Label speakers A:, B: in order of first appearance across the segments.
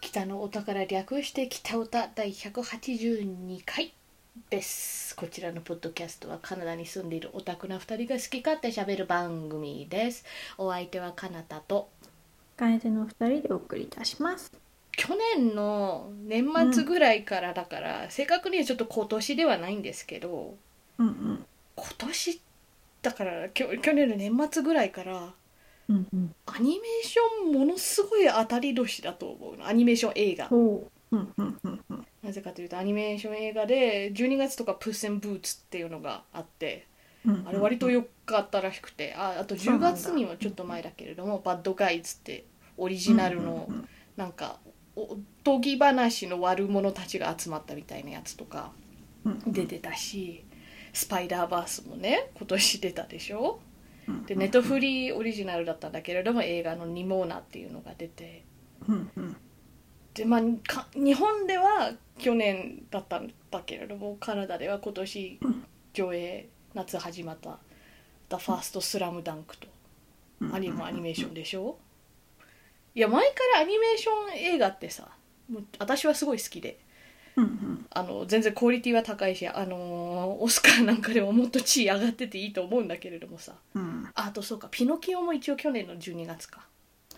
A: 北の音から略して北歌第182回ですこちらのポッドキャストはカナダに住んでいるオタクな2人が好き勝手しゃべる番組ですお相手はカナタと
B: カエデの二人でお送りいたします。
A: 去年の年末ぐらいからだから、正確にはちょっと今年ではないんですけど
B: うんうん
A: 今年だからきょ去年の年末ぐらいから
B: うんうん。
A: アニメーションものすごい当たり年だと思うのアニメーション映画
B: そう。うんうんうんうん。
A: なぜかというとアニメーション映画で12月とか「プッセンブーツ」っていうのがあって
B: うん
A: あれ割と
B: よ。
A: 良かったらしくてああと
B: そう
A: 10
B: なんだ
A: 月にはちょっと前だけれども「バッドガイズ」ってオリジナルの
B: うんうん
A: なんかおとぎ話の悪者たちが集まったみたいなやつとか
B: うんうん
A: 出。てたし「スパイダーバース」もね今年出たでしょでネッ
B: ト。
A: トフリーオリジナルだったんだけれども映画の「ニモーナ」っていうのが出て
B: うんうん
A: でまあか日本では去年だったんだけれどもカナダでは今年上映夏始まった「The First Slam Dunk」と
B: うん。
A: アニメアニメーションでしょいや前からアニメーション映画ってさもう私はすごい好きで
B: うんうん
A: あの全然クオリティは高いし、あのーオスカーなんかでももっと地位上がってていいと思うんだけれどもさ
B: うん。
A: ああとそうかピノキオも一応去年の12月か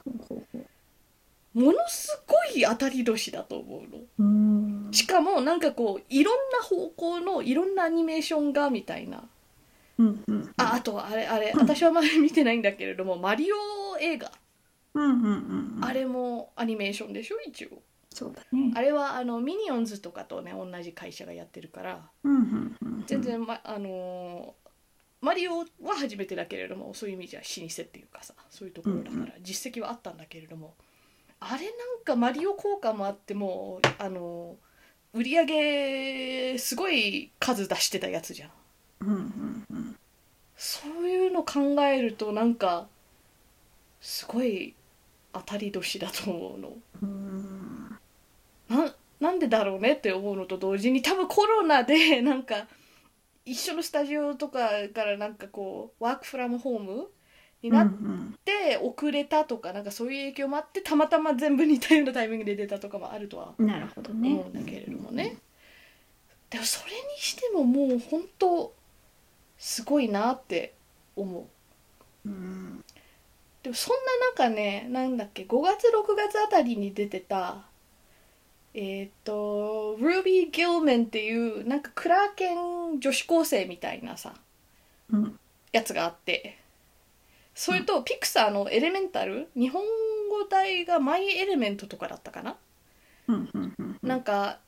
B: ほうほうほう
A: ものすごい当たり年だと思うの
B: うーん。
A: しかもなんかこういろんな方向のいろんなアニメーションがみたいな
B: うんうん。
A: ああとあれあれ
B: うん
A: 私はまだ見てないんだけれども マリオ映画
B: うんうんうんうん。
A: あ。れもアニメーションでしょ一応
B: そうだね。
A: あれはあのミニオンズとかとね同じ会社がやってるから
B: うんうんうん。
A: 全。然、まあのーマリオは初めてだけれどもそういう意味じゃ老舗っていうかさそういうところだから
B: うんう
A: 実績はあったんだけれども、あれなんかマリオ効果もあってもう、あのー売り上げすごい数出してたやつじゃん
B: うんうんうん。
A: そういうの考えるとなんかすごい当たり年だと思うの
B: うーん。
A: ななんでだろうねって思うのと同時に多分コロナで なんか一緒のスタジオとかからなんかこうワークフラムホームにな
B: う
A: っ
B: ん
A: て遅れたとか、なんかそういう影響もあってたまたま全部似たようなタイミングで出たとかもあるとは
B: うん。なるほどね。
A: 思うんだけれどもね。でもそれにしてももう本当すごいなって思う。
B: うん。
A: でもそんな中ねなんだっけ5月6月あたりに出てたえっ、とルビー・ギルメンっていうなんかクラーケン女子高生みたいなさ
B: うん。
A: やつがあってそれとピクサーの「エレメンタル」日本語題が「マイ・エレメント」とかだったかな、
B: うんうんうん。
A: なんか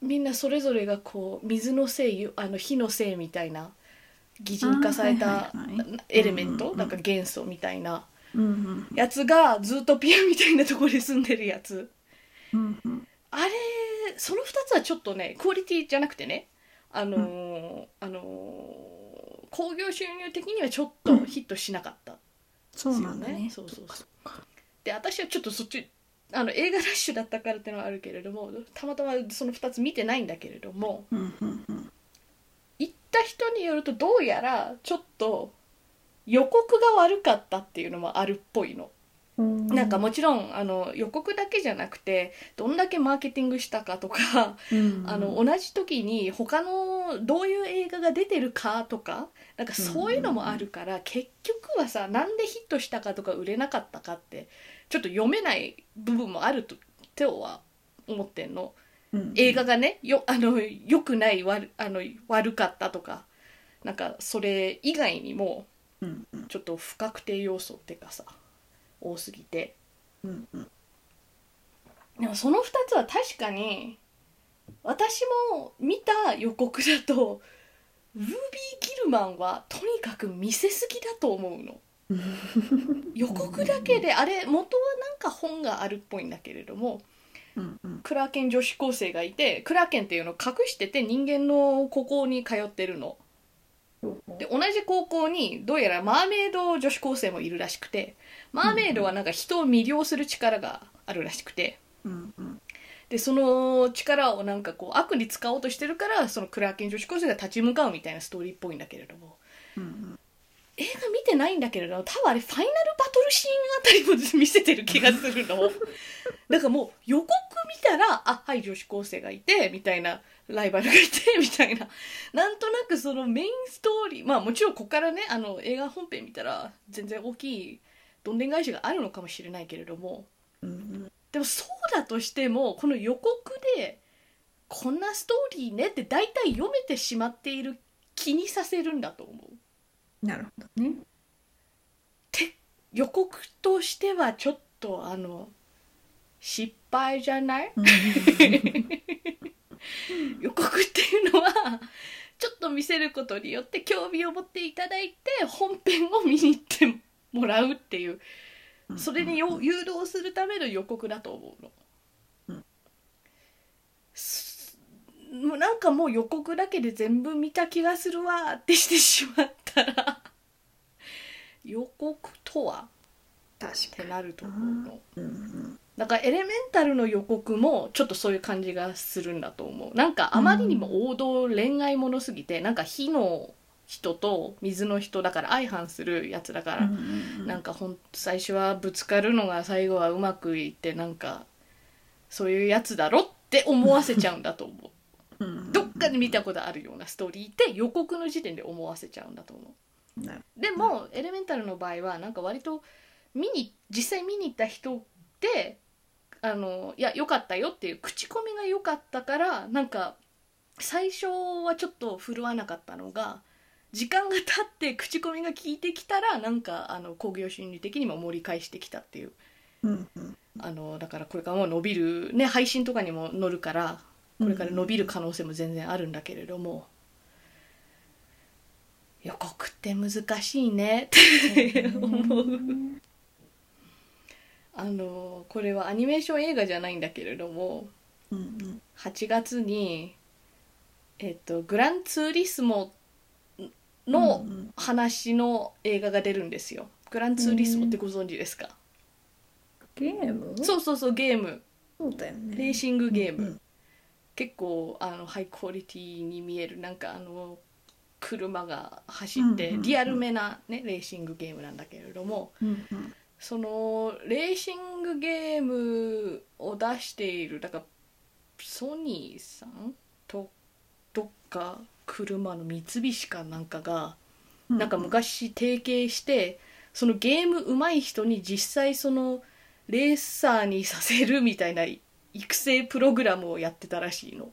A: みんなそれぞれがこう水のせいゆあの火のせいみたいな擬人化された
B: あーはいはいはい
A: エレメント、
B: うんうんうん
A: なんか元素みたいな。
B: うんうん
A: やつがずっとピアみたいなところに住んでるやつ
B: うんうん。
A: あれその2つはちょっとねクオリティじゃなくてねあのーあのー興行収入的にはちょっとヒットしなかったん
B: そ
A: です
B: う
A: よ
B: なんだ
A: ね
B: ね。
A: そうそうそう
B: っか
A: で私はちょっとそっちあの映画ラッシュだったからってのはあるけれどもたまたまその2つ見てないんだけれども
B: うんうんうん。
A: 行った人によるとどうやらちょっと予告が悪かったっていうのもあるっぽいの。なんかもちろんあの予告だけじゃなくてどんだけマーケティングしたかとか、
B: うん、
A: あの同じ時に他のどういう映画が出てるかとかなんかそういうのもあるから、結局はさなんでヒットしたかとか売れなかったかってちょっと読めない部分もあるとては思ってんの映画がねよあの良くない悪あの悪かったとかなんかそれ以外にも
B: うんうん
A: ちょっと不確定要素ってかさ多すぎて。
B: うんうん
A: でもその2つは確かに私も見た予告だとルービー・ギルマンはとにかく見せすぎだと思うの予告だけであれ元はなんか本があるっぽいんだけれども
B: うんうん
A: クラーケン女子高生がいてクラーケンっていうのを隠してて人間の高校に通ってるので同じ高校にどうやらマーメイド女子高生もいるらしくてマーメイドはなんか人を魅了する力があるらしくて、
B: うんうん
A: でその力をなんかこう悪に使おうとしてるからそのクラーケン女子高生が立ち向かうみたいなストーリーっぽいんだけれども
B: うん
A: 映画見てないんだけれども多分あれファイナルバトルシーンあたりも見せてる気がするのだからもう予告見たらあはい女子高生がいてみたいなライバルがいてみたいななんとなくそのメインストーリーまあもちろんここからねあの映画本編見たら全然大きいどんでん返しがあるのかもしれないけれども
B: うん
A: でもそうだとしてもこの予告でこんなストーリーねって大体読めてしまっている気にさせるんだと思う。
B: なるほどね。
A: 予告としてはちょっとあの失敗じゃない
B: うん
A: 予告っていうのはちょっと見せることによって興味を持っていただいて本編を見に行ってもらうっていうそれによ誘導するための予告だと思うの
B: うん。
A: すもうなんかもう予告だけで全部見た気がするわーってしてしまったら予告とはっ
B: 確
A: て
B: か
A: なると思うの。
B: に。うん
A: だからエレメンタルの予告もちょっとそういう感じがするんだと思うなんかあまりにも王道恋愛ものすぎて、なんか火の人と水の人だから相反するやつだから、
B: うん
A: なんかほん最初はぶつかるのが最後はうまくいってなんかそういうやつだろって思わせちゃうんだと思う
B: うん
A: どっかで見たことあるようなストーリーって予告の時点で思わせちゃうんだと思う
B: なる
A: でも、エレメンタルの場合はなんか割と見に実際見に行った人であのいや良かったよっていう口コミが良かったからなんか最初はちょっと振るわなかったのが時間が経って口コミが効いてきたらなんかあの興行心理的にも盛り返してきたっていう
B: うんうん
A: あのだからこれからも伸びるね配信とかにも乗るからこれから伸びる可能性も全然あるんだけれども、予告って難しいねって思うあのこれはアニメーション映画じゃないんだけれども
B: うんうん
A: 8月に、えっと、グランツーリスモの
B: うん
A: 話の映画が出るんですよ。グランツーリスモってご存知ですか、
B: ゲーム
A: そうそうそうゲーム
B: そうだよね。
A: レーシングゲーム、
B: うんうん
A: 結構あのハイクオリティに見えるなんかあの車が走って、
B: うんうんうん
A: リアルめな、ね、レーシングゲームなんだけれども
B: うんうん
A: そのレーシングゲームを出しているだからソニーさんとどっか車の三菱かなんかが、
B: う
A: なんか昔提携してそのゲーム上手い人に実際そのレーサーにさせるみたいな育成プログラムをやってたらしいの。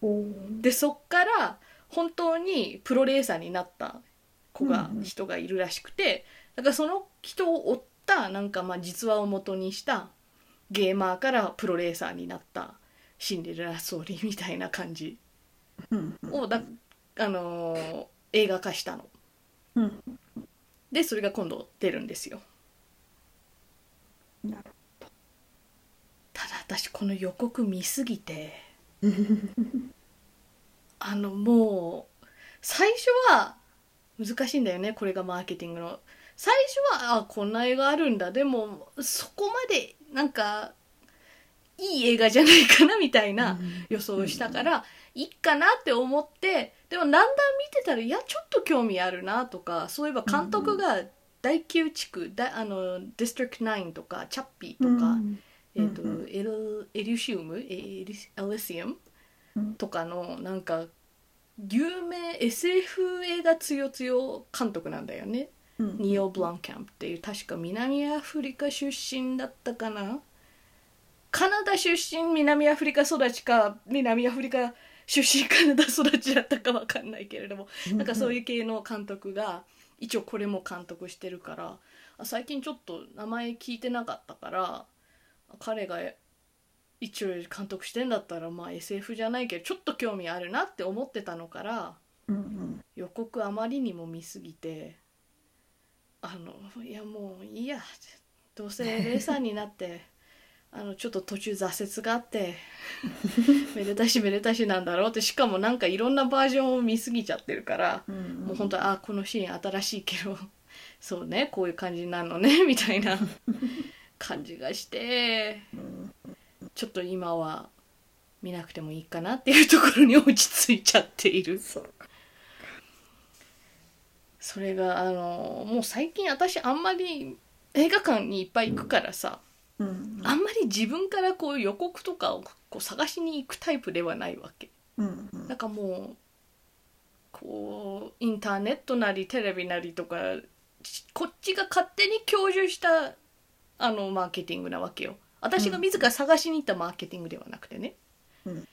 B: おー
A: でそっから本当にプロレーサーになった子が、
B: うんうん
A: 人がいるらしくてだからその人を追ったなんかまあ実話を元にしたゲーマーからプロレーサーになったシンデレラストーリーみたいな感じ
B: うんうん
A: をだ、あのー映画化したの
B: うん
A: でそれが今度出るんですよ
B: なる
A: ただ私この予告見すぎてあのもう最初は難しいんだよねこれがマーケティングの最初はあこんな映画あるんだでもそこまでなんかいい映画じゃないかなみたいな予想したから、いいかなって思ってでもだんだん見てたらいやちょっと興味あるなとかそういえば監督が第9地区、だあのディストリクト9とかチャッピーとか、
B: うん
A: えーと
B: うん
A: エルエリシウムエエリエリシウム
B: うん
A: とかのなんか有名 SF 映画つよつよ監督なんだよね
B: うん
A: ニオ・ブランキャンプっていう確か南アフリカ出身だったかなカナダ出身南アフリカ育ちか南アフリカ出身カナダ育ちだったかわかんないけれどもなんかそう
B: う
A: いう系の監督が一応これも監督してるからあ最近ちょっと名前聞いてなかったから彼が一応監督してんだったらまあ SF じゃないけどちょっと興味あるなって思ってたのから
B: んうん
A: 予告あまりにも見すぎてあのいやもういいやどうせレーサーになって あのちょっと途中挫折があって めでたしめでたしなんだろうってしかもなんかいろんなバージョンを見すぎちゃってるから
B: うんうん
A: もう本当にあこのシーン新しいけど そうねこういう感じなのね みたい な感じがして
B: うん
A: ちょっと今は見なくてもいいかなっていうところに落ち着いちゃっている
B: そうか
A: それがあのもう最近私あんまり映画館にいっぱい行くからさ
B: うん
A: あんまり自分からこう予告とかをこう探しに行くタイプではないわけ
B: うん
A: なんかもうこうインターネットなりテレビなりとかしこっちが勝手に享受したあのマーケティングなわけよ私が自ら探しに行ったマーケティングではなくてね、
B: うん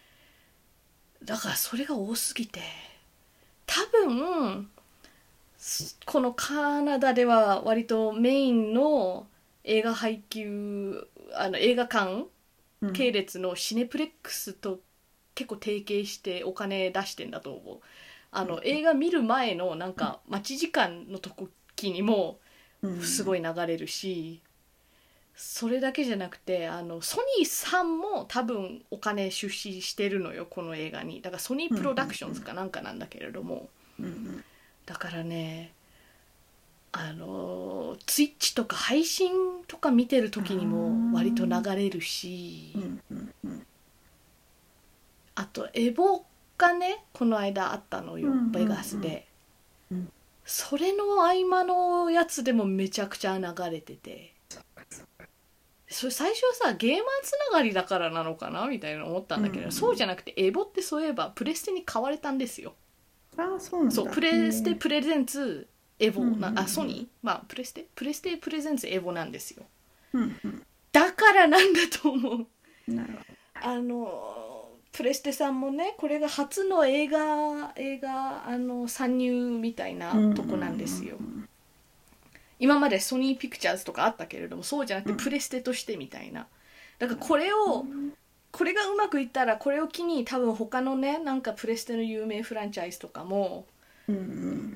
A: だからそれが多すぎて多分すこのカナダでは割とメインの映画配給あの映画館
B: うん
A: 系列のシネプレックスと結構提携してお金出してんだと思うあの映画見る前のなんか待ち時間の時にも
B: うん
A: すごい流れるしそれだけじゃなくてあのソニーさんも多分お金出資してるのよこの映画にだからソニープロダクションズかなんかなんだけれども
B: うん
A: だからねあのツイッチとか配信とか見てる時にも割と流れるし。
B: うんうんうん
A: あとエボがねこの間あったのよ、
B: うんうんうん
A: ベガスで、
B: うん
A: それの合間のやつでもめちゃくちゃ流れててそれ最初はさゲーマーつながりだからなのかなみたいな思ったんだけど、
B: うんうん
A: そうじゃなくてエボってそういえばプレステに買われたんですよ
B: ああそうなんだ
A: そうプレステプレゼンツエボな、
B: うんうんうん
A: あソニーまあプレステプレステプレゼンツエボなんですよ
B: うんう
A: だからなんだと思うん
B: なるほど
A: あのプレステさんもねこれが初の映画映画あの参入みたいなとこなんですよ、
B: うん
A: 今までソニーピクチャーズとかあったけれどもそうじゃなく
B: うん
A: てプレステとしてみたいなだからこれをこれがうまくいったらこれを機に多分他のねなんかプレステの有名フランチャイズとかも、
B: うんうんう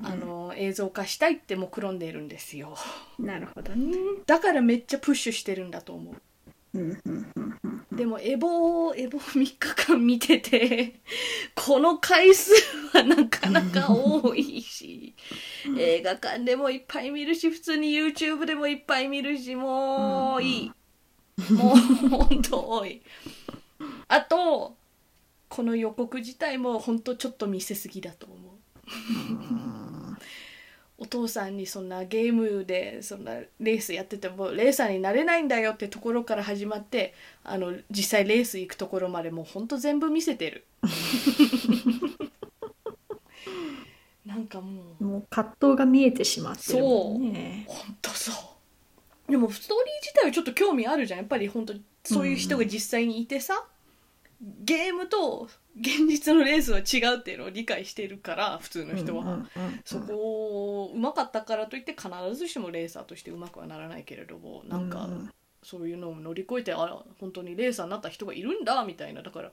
B: ん
A: あの映像化したいって目論んでいるんですよ
B: なるほどね
A: だからめっちゃプッシュしてるんだと思う
B: うんうんうんうん
A: でもエボをエボを3日間見てて この回数はなかなか多いし映画館でもいっぱい見るし普通に YouTube でもいっぱい見るしもういいもう本当多いあとこの予告自体も本当ちょっと見せすぎだと思うお父さんにそんなゲームでそんなレースやっててもレーサーになれないんだよってところから始まってあの実際レース行くところまでもうほんと全部見せてる なんかもう
B: もう葛藤が見えてしまってるもんね
A: ほんとそうでもストーリー自体はちょっと興味あるじゃんやっぱり本当そういう人が実際にいてさ、ゲームと現実のレースは違うっていうのを理解してるから普通の人は、
B: うんうんうん
A: そこをうまかったからといって必ずしもレーサーとしてうまくはならないけれどもなんか
B: う
A: そういうのを乗り越えてあら本当にレーサーになった人がいるんだみたいなだから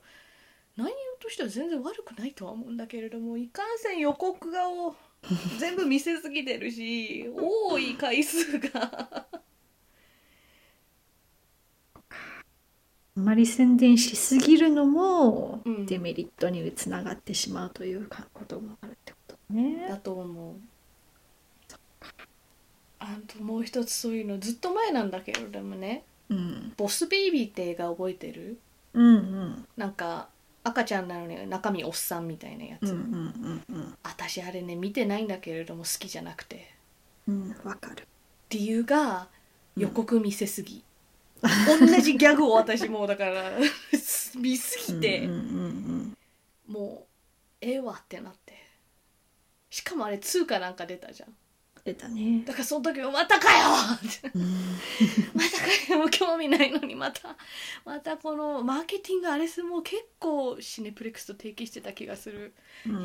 A: 内容としては全然悪くないとは思うんだけれどもいかんせん予告が を全部見せすぎてるし多い回数が
B: あまり宣伝しすぎるのも
A: うん
B: デメリットにつながってしまうというかこともあるってことね。
A: だと思う。あともう一つそういうのずっと前なんだけれどもね
B: うん
A: 「ボス・ベイビー」って映画覚えてる
B: うんうん
A: なんか赤ちゃんなのに中身おっさんみたいなや
B: うん
A: つ、
B: うんうん
A: 私あれね見てないんだけれども好きじゃなくて
B: うんうんわかる。
A: 理由が予告見せすぎ、同じギャグを私もうだから 見すぎて、
B: うんうん
A: もうええわってなってしかもあれ通貨なんか出たじゃん
B: 出たね。
A: だからその時もまたかよって
B: うん
A: またかよ興味ないのにまたまたこのマーケティングあれすもう結構シネプレックスと提携してた気がする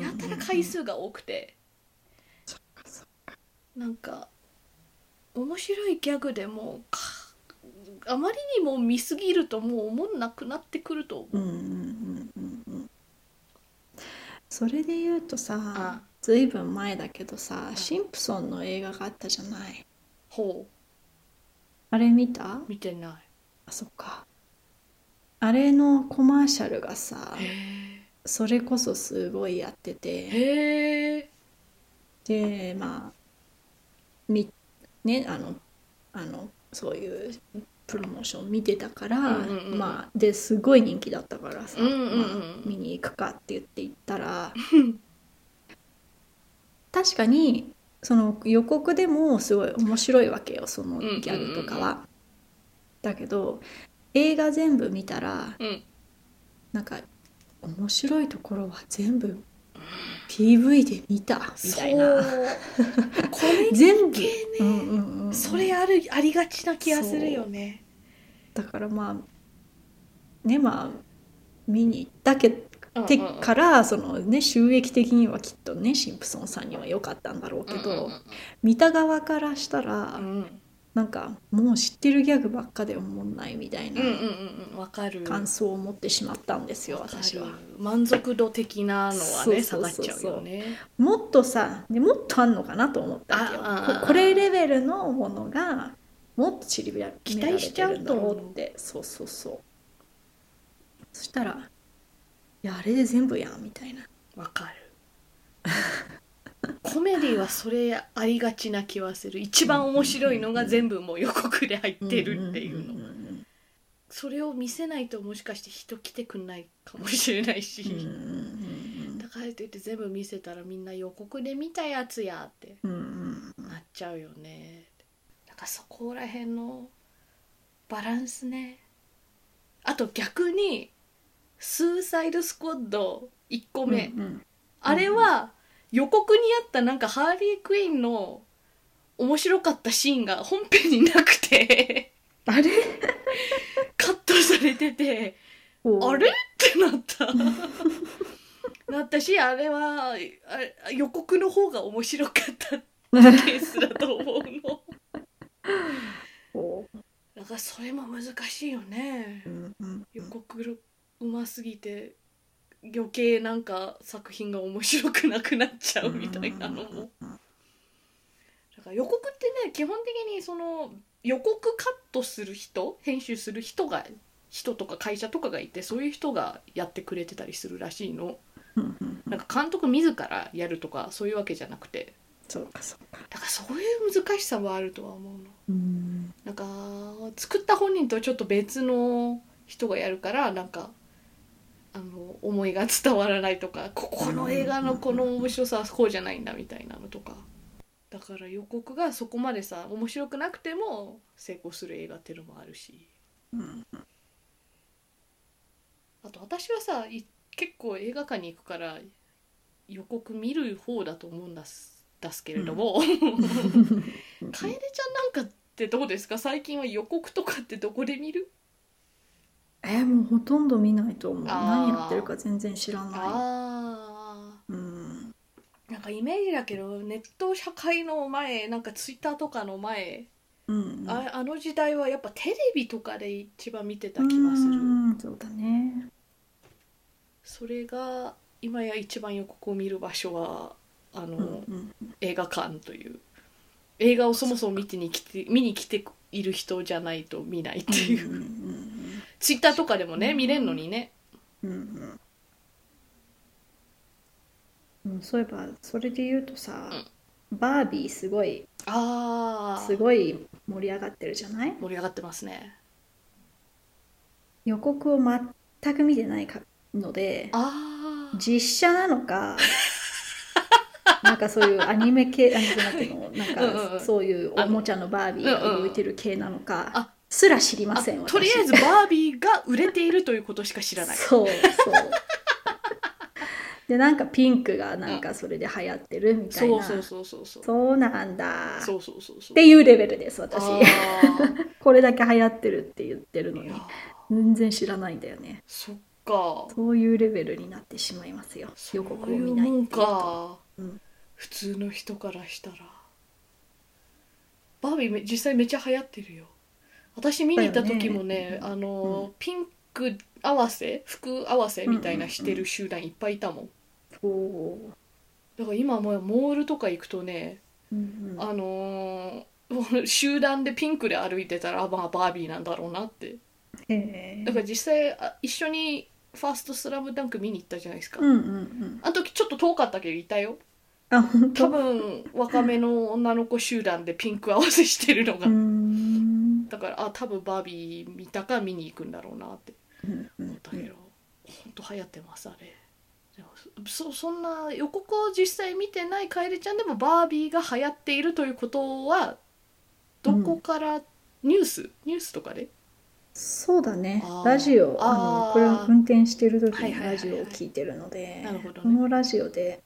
A: やたら回数が多くて
B: そっかそっ
A: なんか面白いギャグでもかあまりにも見すぎるともう思んなくなってくると思う
B: うんうんうんうんうんそれで言うとさ
A: あ
B: ずいぶん前だけどさシンプソンの映画があったじゃない。
A: ほ
B: あれ見た
A: う見てな
B: あそっか。あれのコマーシャルがさ
A: いへ
B: それこそすごいやって
A: え
B: て
A: へえ
B: でまあみねあのあのそういうプロモーション見てたから、
A: うんうんうん
B: まあですごい人気だったからさ、
A: うんうんうん
B: まあ見に行くかって言って行っ たら確かにその予告でもすごい面白いわけよそのギャグとかは。だけど映画全部見たら
A: うん
B: なんか面白いところは全部 PV で見たみたいな
A: そうコミケ
B: 全部、
A: ね、
B: うんうんうん、
A: それあるありがちな気がするよね
B: だからまあねまあ見に行ったけ
A: うんうん
B: て
A: うん
B: からそのね収益的にはきっとねシンプソンさんには良かったんだろうけど、
A: うん
B: 見た側からしたら、
A: うんうん
B: なんかもう知ってるギャグばっかでおもんないみたい
A: うんうん
B: な
A: うんうんわかる
B: 感想を持ってしまったんですよ、
A: わかる
B: 私は。
A: 満足度的なのはね下
B: そう
A: が
B: そう
A: っ
B: そうそう
A: ちゃうよね
B: もっとさでもっとあんのかなと思ったわけ
A: あああ
B: よここれレベルのものがもっとちりびら
A: 期待しちゃうと思う
B: 見られてるんだろうってそうそうそうそしたら「いやあれで全部やん」みたいな
A: わかるコメディはそれありがちな気はする一番面白いのが全部もう予告で入ってるっていうの
B: んん
A: それを見せないともしかして人来てくんないかもしれないし、
B: うんうんうん
A: だからといって全部見せたらみんな予告で見たやつやって
B: うんうん
A: なっちゃうよねなんかそこら辺のバランスねあと逆に「スーサイドスクワッド」1個目、
B: うんうん
A: あれは予告にあったなんかハーリー・クイーンの面白かったシーンが本編になくて
B: あれ
A: カットされててあれってなった。なったしあれはあ予告の方が面白かったケースだと思うの。
B: こ
A: だからそれも難しいよね
B: う、。うんうん
A: 予告のうますぎて余計なんか作品が面白くなくなっちゃうみたいなのも。だから予告ってね基本的にその予告カットする人編集する人が人とか会社とかがいてそういう人がやってくれてたりするらしいの
B: うんうんうん
A: なんか監督自らやるとかそういうわけじゃなくて
B: そうかそうか
A: だからそういう難しさはあるとは思うの
B: うん
A: なんか作った本人とはちょっと別の人がやるからなんかあの思いが伝わらないとかここの映画のこの面白さはこうじゃないんだみたいなのとかだから予告がそこまでさ面白くなくても成功する映画っていうのもあるし
B: うん
A: あと私はさい結構映画館に行くから予告見る方だと思うんだすだすけれども、楓ちゃんなんかってどうですか最近は予告とかってどこで見る
B: えもうほとんど見ないと思う
A: あー
B: 何やってるか全然知らな
A: あ
B: いうん
A: ーなんかイメージだけどネット社会の前なんかツイッターとかの前、
B: うん
A: ああの時代はやっぱテレビとかで一番見てた気がす
B: う
A: る
B: んそうだね
A: それが今や一番予告を見る場所はあの、
B: うんうん
A: 映画館という映画をそもそも見てに来て見に来ている人じゃないと見ないっていう、
B: うんうん
A: ツイッターとかでもね見れるのにね
B: うんうんうんそういえばそれで言うとさバービーすごい
A: ああ
B: すごい盛り上がってるじゃない
A: 盛り上がってますね
B: 予告を全く見てないかので
A: ああ
B: 実写なの かなんかそういうアニメ系あのなんていうのなん
A: うんう
B: か
A: ん
B: そういうおもちゃのバービーが動いてる系なの
A: んうん
B: かすら知りません
A: とりあえずバービーが売れているということしか知らない
B: そうそう でなんかピンクがなんかそれで流行ってるみたい
A: そ
B: な
A: うそうそうそうそう
B: そうなんだっ
A: そうそうそうそう
B: ていうレベルです私
A: あ
B: これだけ流行ってるって言ってるの
A: ーい
B: に
A: や
B: 全然知らないんだよね
A: そっか
B: そういうレベルになってしまいますよ予告を見な
A: そう
B: い
A: いうもん
B: っていうと
A: か、
B: うん
A: 普通の人からしたらバービーめ実際めっちゃ流行ってるよ私見に行った時もね
B: だ
A: あの、ピンク合わせ服合わせみたいなしてる集団いっぱいいたもん,、
B: そう
A: だから今もうモールとか行くとね
B: うんうん
A: あのー集団でピンクで歩いてたらあまあバービーなんだろうなって
B: へ
A: だ
B: ー
A: から実際あ一緒に「ファーストスラムダンク見に行ったじゃないですか、
B: うんうんうん
A: あの時ちょっと遠かったけどいたよ
B: あ本当
A: 多分若めの女の子集団でピンク合わせしてるのが、
B: うーん
A: だからあ多分バービー見たか見に行くんだろうなって
B: うんう
A: 思っ
B: ん
A: たけど、ほんと流行ってますあれでもそそんな予告を実際見てない楓ちゃんでもバービーが流行っているということはどこから、ニュースニュースとかで
B: そうだね
A: あー
B: ラジオ
A: あー
B: あのこれは運転してる時
A: はい
B: に
A: はいはいはい
B: ラジオを聞いてるので
A: なるほどね
B: このラジオで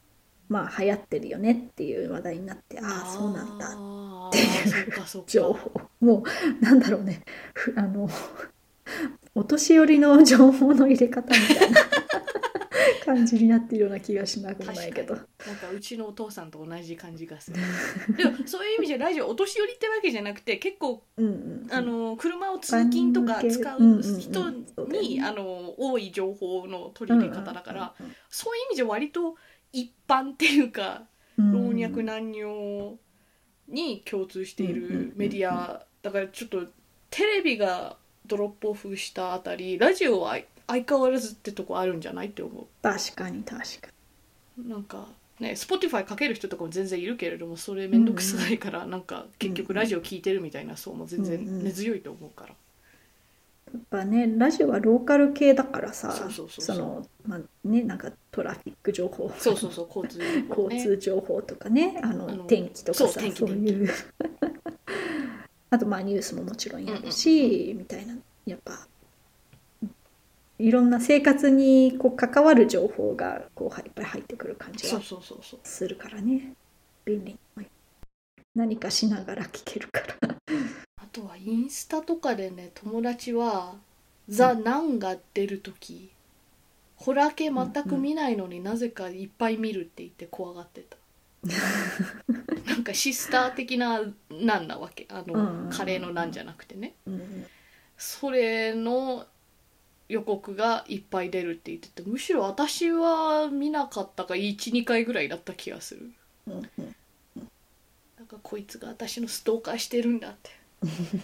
B: まあ流行ってるよねっていう話題になってああそうなんだ
A: あーそっかそっか
B: 情報もうなんだろうねふあの お年寄りの情報の入れ方み たいな感じになっているような気がしなくもないけど
A: なんかうちのお父さんと同じ感じがするでもそういう意味じゃラジオお年寄りってわけじゃなくて結構
B: うんうん
A: あの車を通勤とか使
B: うんうん
A: う
B: うん
A: 人
B: そうだよ
A: に
B: ね
A: あの多い情報の取り入れ方だからそういう意味じゃ割と一般っていうか
B: うんう
A: 老
B: んうん
A: 若男女に共通しているメディ
B: うんうん
A: アだからちょっとテレビがドロップオフしたあたりラジオは相変わらずってとこあるんじゃないって思
B: 確かに確かに
A: うなんかね Spotify かける人とかも全然いるけれどもそれ面倒くさいからなんか結局ラジオ聞いてるみたいな層も全
B: うんう
A: 然
B: ん
A: 根強いと思うから
B: やっぱねラジオはローカル系だからさ
A: そうそうそうそう
B: そのまあねなんかトラフィック情報
A: そうそうそう交通情報ね
B: 交通情報とかねあの
A: あの
B: 天気とか
A: そ
B: さ
A: う天気
B: そういう あとまあニュースももちろんやるし、みたいなやっぱいろんな生活にこう関わる情報がこうはいっぱい入ってくる感じ
A: そ
B: が
A: うそうそうそう
B: するからね便利何かしながら聞けるから
A: あとはインスタとかでね友達は「ザ・ナン」が出る時ホラー系全く見ないのになぜかいっぱい見るって言って怖がって たなんかシスター的なナンなわけあ
B: うん
A: のカレーのナンじゃなくてね
B: うん
A: それの予告がいっぱい出るって言っててむしろ私は見なかったか12回ぐらいだった気がする
B: うんうん
A: なんかこいつが私のストーカーしてるんだって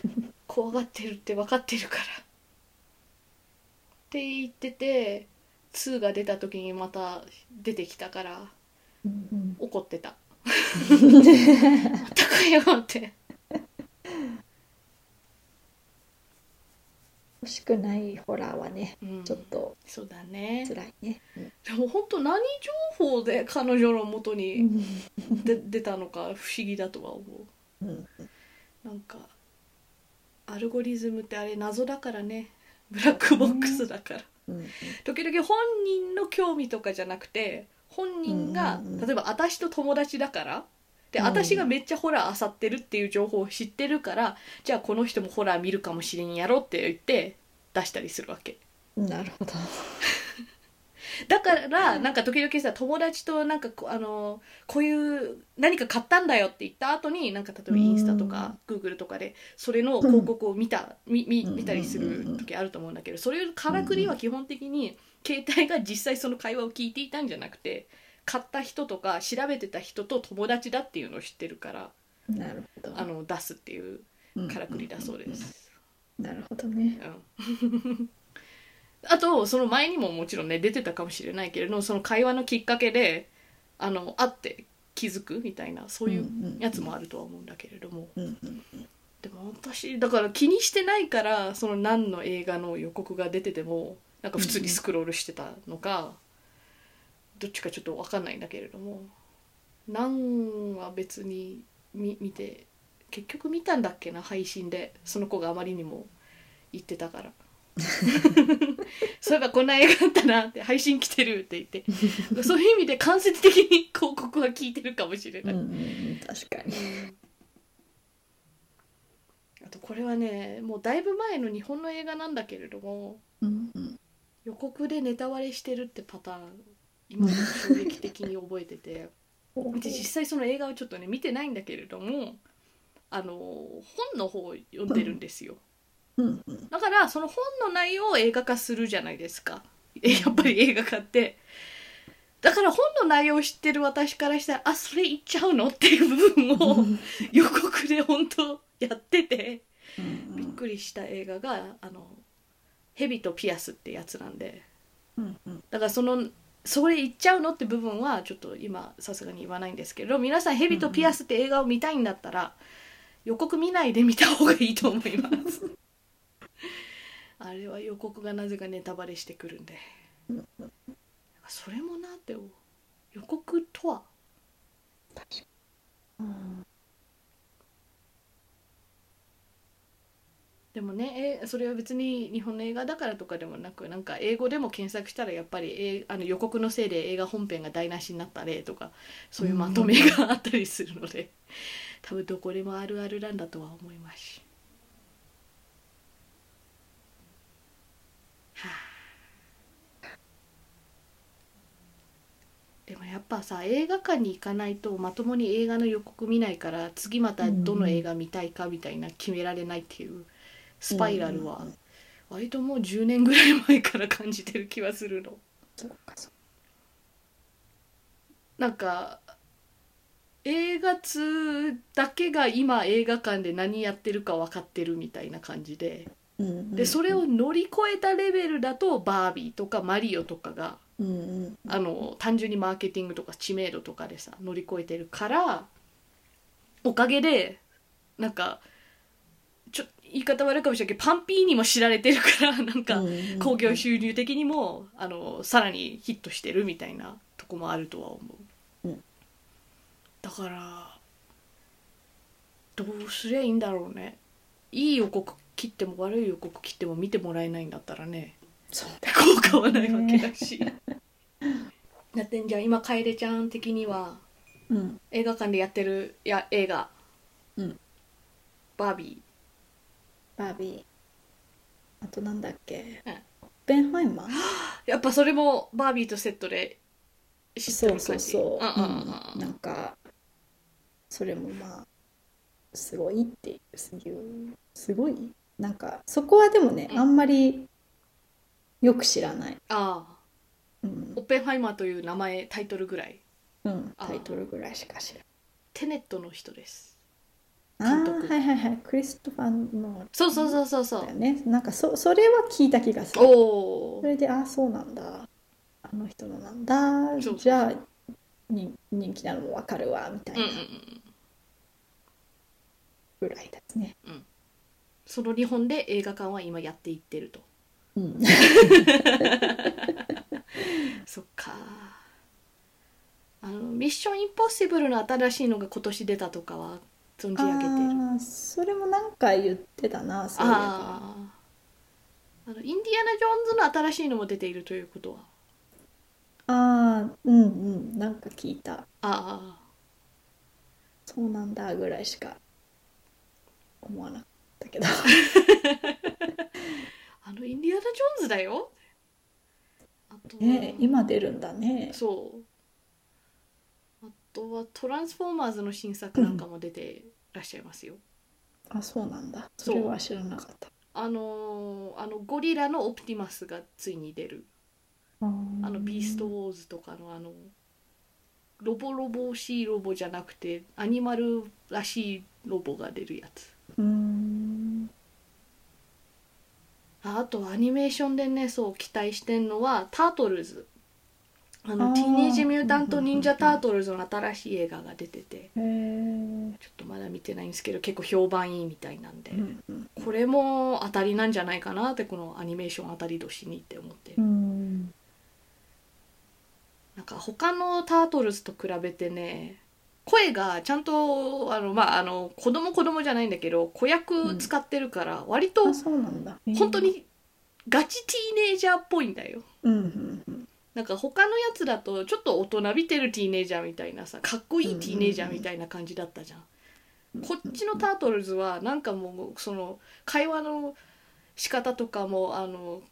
A: 怖がってるって分かってるからって言ってて2が出た時にまた出てきたから
B: うんうん
A: 怒って たまたかよって
B: 欲しくないホラーはね
A: うん
B: ちょっと
A: そうだね
B: 辛いね、
A: でも本当何情報で彼女の元
B: う
A: に
B: ん
A: で 出たのか不思議だとは思
B: うん
A: うなんかアルゴリズムってあれ謎だからねブラックボックスだから
B: うん
A: 時々本人の興味とかじゃなくて本人が、
B: うんうんうん
A: 例えば私と友達だからで
B: うん
A: 私がめっちゃホラーあさってるっていう情報を知ってるからじゃあこの人もホラー見るかもしれんやろって言って出したりするわけ
B: なるほど。
A: だからなんか時々さ友達となんかこあのこういう何か買ったんだよって言った後になんか例えばインスタとかグーグルとかでそれの広告を見た、みみ見たりする時あると思うんだけどそれをからくりは基本的に携帯が実際その会話を聞いていたんじゃなくて買った人とか調べてた人と友達だっていうのを知ってるから
B: なるほど。
A: あの出すっていう
B: うん
A: からくりだそうで。す。
B: なるほどね。
A: うん あとその前にももちろんね出てたかもしれないけれどその会話のきっかけであの会って気づくみたいなそういうやつもあるとは思うんだけれども、
B: うんうん
A: でも私だから気にしてないからその何の映画の予告が出ててもなんか普通にスクロールしてたのか、どっちかちょっと分かんないんだけれども何は別に見見て結局見たんだっけな配信でその子があまりにも言ってたから そういえばこんな映画あったなって配信来てるって言ってそういう意味で間接的に広告は聞いてるかもしれ
B: う
A: なんい。
B: うん確かに。
A: あとこれはねもうだいぶ前の日本の映画なんだけれども
B: うんうん
A: 予告でネタ割れしてるってパターン今でも衝撃的に覚えてて うち実際その映画をちょっとね見てないんだけれどもあの本の方を読んでるんですよ
B: うんうん
A: だからその本の内容を映画化するじゃないですか えやっぱり映画化ってだから本の内容を知ってる私からしたらあそれ言っちゃうのっていう部分を予告で本当やっててびっくりした映画が「あの蛇とピアス」ってやつなんで
B: うんうん
A: だからそのそれ言っちゃうのって部分はちょっと今さすがに言わないんですけど皆さん「蛇とピアス」って映画を見たいんだったら予告見ないで見た方がいいと思いますあれは予告がなぜかネタバレしてくるんでそれもなって思う予告とは
B: 確かにうん
A: でもねえそれは別に日本の映画だからとかでもなくなんか英語でも検索したらやっぱり、えあの予告のせいで映画本編が台無しになった例とかそういうまとめがあったりするので多分どこでもあるあるなんだとは思います。はあ でもやっぱさ映画館に行かないとまともに映画の予告見ないから次またどの映画見たいかみたいな決められないっていうスパイラル
B: う
A: は
B: ん
A: 割ともう10年ぐらい前から感じてる気はするの。
B: そうかそう
A: なんか映画通だけが今映画館で何やってるか分かってるみたいな感じで
B: うんうん
A: でそれを乗り越えたレベルだとバービーとかマリオとかが
B: うんうん
A: あの単純にマーケティングとか知名度とかでさ乗り越えてるからおかげでなんかちょ言い方悪いかもしれないけどパンピーにも知られてるから なんか
B: うん
A: 興行収入的にもあのさらにヒットしてるみたいなとこもあるとは思う、
B: うん
A: だからどうすりゃいいんだろうねいい予告切っても悪い予告切っても見てもらえないんだったらね
B: そう
A: 効果はないわけだし、 だってじゃあ今楓ちゃん的には
B: うん
A: 映画館でやってるいや映画、
B: うん
A: バービ
B: バービーあとなんだっけ、
A: うん
B: オッペンハイマー
A: ーやっぱそれもバービーとセットで知ってる
B: そ
A: 感
B: う
A: じ
B: そう
A: んう
B: そう、
A: んうん
B: うんなんかそれもまあすごいっていうすすごいなんかそこはでもね、
A: うん
B: あんまりよく知らない、
A: ああ
B: うん
A: オッペンハイマーという名前タイトルぐらい
B: うん、
A: あー
B: タイトルぐらいしか知ら
A: テネットの人です
B: ない
A: 監督
B: あーはいはいはいクリストファー・ノーラン
A: そうそうそうそうそう
B: だよねなんかそそれは聞いた気がする
A: おー
B: それでああそうなんだあの人のなんだ
A: そうそう
B: じゃあに人気なのもわかるわみたい
A: うんうう
B: なん
A: ん
B: ぐらいですね、
A: その日本で映画館は今やっていってると
B: うん、
A: そっかあのミッションインポッシブルの新しいのが今年出たとかは存じ上げている
B: あーそれもなんか言ってたなそういえば
A: ああーあのインディアナ・ジョーンズの新しいのも出ているということは
B: あーうんうんなんか聞いた
A: ああ
B: そうなんだぐらいしか思わなかったけど
A: あのインディアナ・ジョーンズだよあとは
B: ねえ今出るんだね
A: そうあとは「トランスフォーマーズ」の新作なんかも出てらっしゃいますよ、
B: あそうなんだ
A: そ
B: そうれは知らなかった
A: あのーあのゴリラのオプティマスがついに出る
B: あ
A: あのビーストウ
B: う
A: ォーズとかのあのロボロボしいロボじゃなくてアニマルらしいロボが出るやつ
B: ーん
A: ああとアニメーションでねそう期待してんのは「タートルズ」あ
B: あ
A: の
B: ー
A: ティーネージ・ミュータント・忍者・
B: うんうんうん
A: タ
B: う
A: ートルズの新しい映画が出てて
B: へえうん
A: ちょっとまだ見てないんですけど結構評判いいみたいなんで、
B: うん
A: これも当たりなんじゃないかなってこのアニメーション当たり年にって思ってる、
B: うん
A: なんか他のタートルズと比べてね声がちゃんとあのまああの子供子供じゃないんだけど子役使ってるから割と
B: あそうなんだへー
A: 本当にガチティーネイジャーっぽいんだよ
B: うんうんうん
A: なんか他のやつだとちょっと大人びてるティーネイジャーみたいなさかっこいいティーネイジャーみたいな感じだったじゃんこっちのタートルズはなんかもうその会話の仕方とかもあの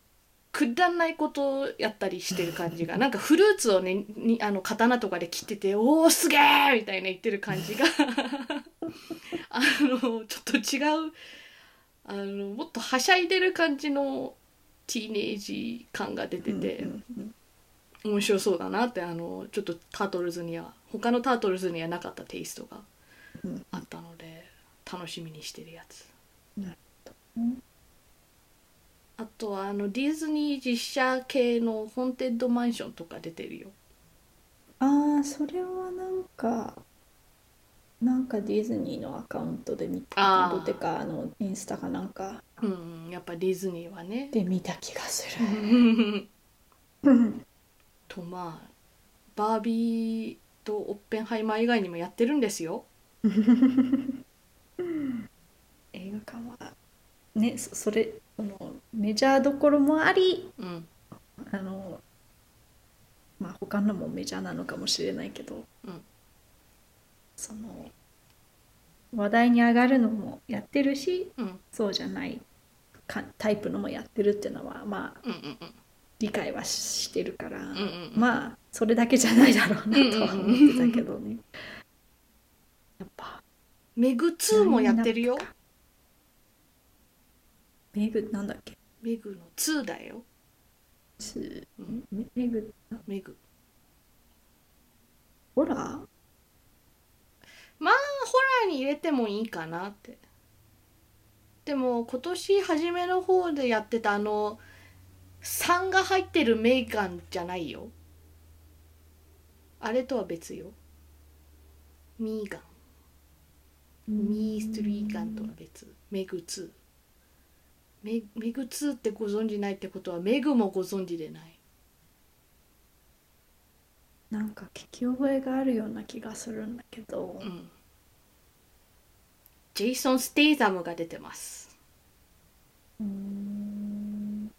A: くだらないことをやったりしてる感じが なんかフルーツをねにあの刀とかで切ってて「おおすげえ!」みたいな言ってる感じが あのちょっと違うあのもっとはしゃいでる感じのティーネイジー感が出てて。
B: うんうんうん
A: 面白そうだなってあのちょっとタートルズには他のタートルズにはなかったテイストが
B: うん
A: あったので楽しみにしてるやつ
B: なるほどね
A: あとはあのディズニー実写系のホーンテッドマンションとか出てるよ
B: ああそれはなんかなんかディズニーのアカウントで見た
A: あ
B: け
A: ー
B: どてかあのインスタかなんか
A: うんやっぱディズニーは ね
B: で見た気がするうん
A: とまあバービーとオッペンハイマー以外にもやってるんですよ
B: 映画館はねそそれそのメジャーどころもあり
A: うん
B: あのまあ他のもメジャーなのかもしれないけど、
A: うん
B: その話題に上がるのもやってるし
A: うんうん
B: そうじゃないかタイプのもやってるっていうのはまあ
A: うんうんうん
B: 理解はしてるから、
A: うんうんうん
B: まあそれだけじゃないだろうなとは思ってたけどね、やっぱ
A: メグ2もやってるよ
B: メグなんだっけ
A: メグの2だよ
B: つ
A: うん
B: メメグ
A: メグ
B: ホラー
A: ホラーに入れてもいいかなってでも今年初めの方でやってたあの3が入ってるメーカーじゃないよあれとは別よミーガンミーストリーガンとは別メグ2メメグ2ってご存知ないってことはメグもご存知でない
B: なんか聞き覚えがあるような気がするんだけど
A: う、んジェイソン・ステイザムが出てます
B: うん、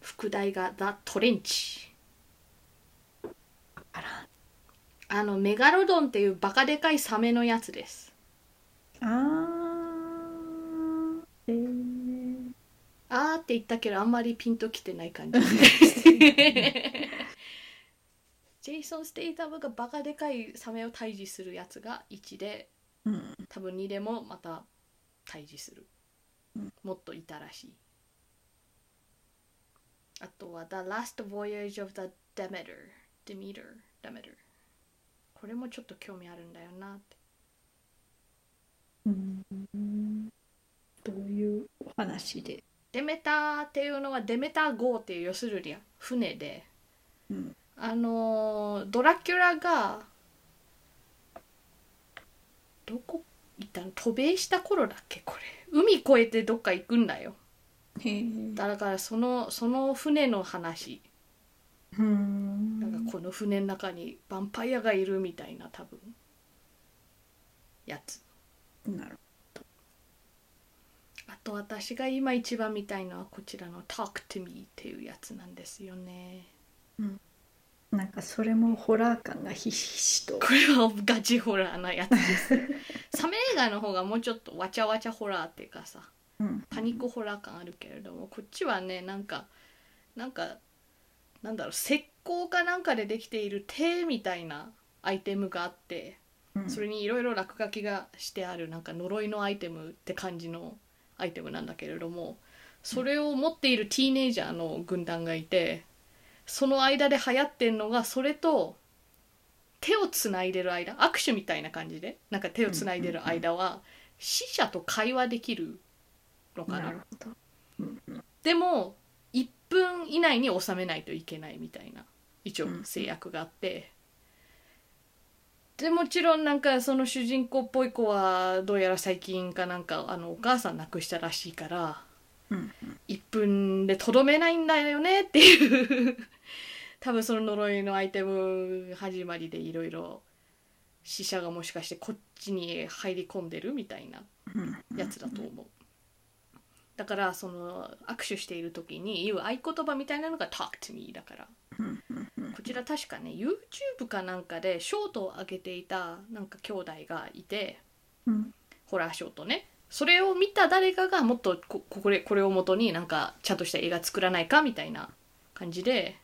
A: 副題が「ザ・トレンチ」
B: あら
A: あのメガロドンっていうバカでかいサメのやつです
B: あーえー、
A: あーって言ったけどあんまりピンときてない感じジェイソン・ステイタムがバカでかいサメを退治するやつが1で
B: うん
A: 多分2でもまた退治する
B: うん
A: もっといたらしいあとは「The Last Voyage of the Demeter」「Demeter」「Demeter」これもちょっと興味あるんだよなって
B: うん、どういうお話で、
A: デメターっていうのはデメター号っていう要するに船で
B: うん、
A: あのードラキュラがどこ一旦渡米した頃だっけこれ海越えてどっか行くんだよ
B: へー
A: だからそのその船の話
B: うん
A: なんかこの船の中にヴァンパイアがいるみたいな多分やつ
B: なる
A: あと私が今一番見たいのはこちらの「Talk to Me」っていうやつなんですよね
B: なんかそれもホラー感がひしひしと
A: これはガチホラーなやつですサメ映画の方がもうちょっとわちゃわちゃホラーっていうかさ
B: うん
A: パニックホラー感あるけれどもこっちはねなんかなんかなんだろう石膏かなんかでできている手みたいなアイテムがあって
B: うん
A: それにいろいろ落書きがしてあるなんか呪いのアイテムって感じのアイテムなんだけれどもそれを持っているティーネイジャーの軍団がいてその間で流行ってんのがそれと手をつないでる間握手みたいな感じでなんか手をつないでる間は死者と会話できるのか
B: な
A: な
B: る。ほど、うんうん、
A: でも1分以内に収めないといけないみたいな一応
B: うん
A: 制約があって、でもちろんなんかその主人公っぽい子はどうやら最近かなんかあのお母さん亡くしたらしいから
B: うん
A: 1分でとどめないんだよねっていう 多分その呪いのアイテム始まりでいろいろ死者がもしかしてこっちに入り込んでるみたいな
B: うん
A: やつだと思う。だからその握手している時に言う合言葉みたいなのが「Talk to me」だから
B: うんうんうん
A: こちら確かね YouTube かなんかでショートを上げていたなんか兄弟がいて
B: うん
A: ホラーショートねそれを見た誰かがもっとここれこれをもとになんかちゃんとした映画作らないかみたいな感じで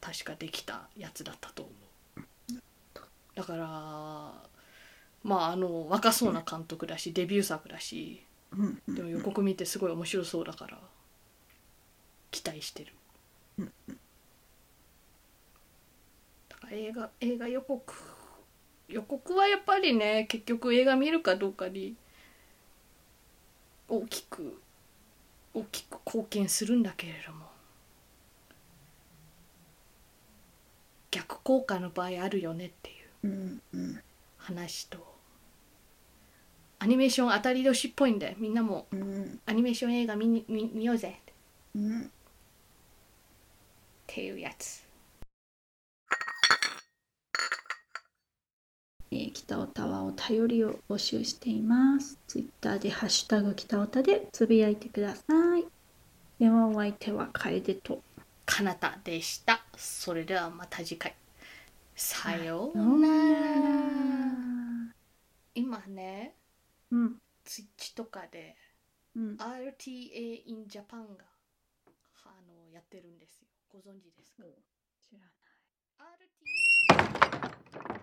A: 確かできたやつだったと思うだからまああの若そうな監督だしデビュー作だし
B: うんうん
A: でも予告見てすごい面白そうだから期待してる
B: うん
A: だから映画映画予告予告はやっぱりね結局映画見るかどうかに大きく大きく貢献するんだけれども逆効果の場合あるよねっていう
B: うんうん
A: 話とアニメーション当たり年っぽいんでみんなも
B: うん
A: アニメーション映画見に見見ようぜっ
B: うん
A: ていうやつ
B: えー北オタワを頼りを募集しています。ツイッターで「ハッシュタグ北オタ」でつぶやいてください。ではお相手は楓と。
A: かなたでしたそれではまた次回さようなら今ね
B: うん
A: ツイッチとかで
B: うん。
A: RTA in Japan があのやってるんですよご存知ですか、
B: 知らない。
A: RTA は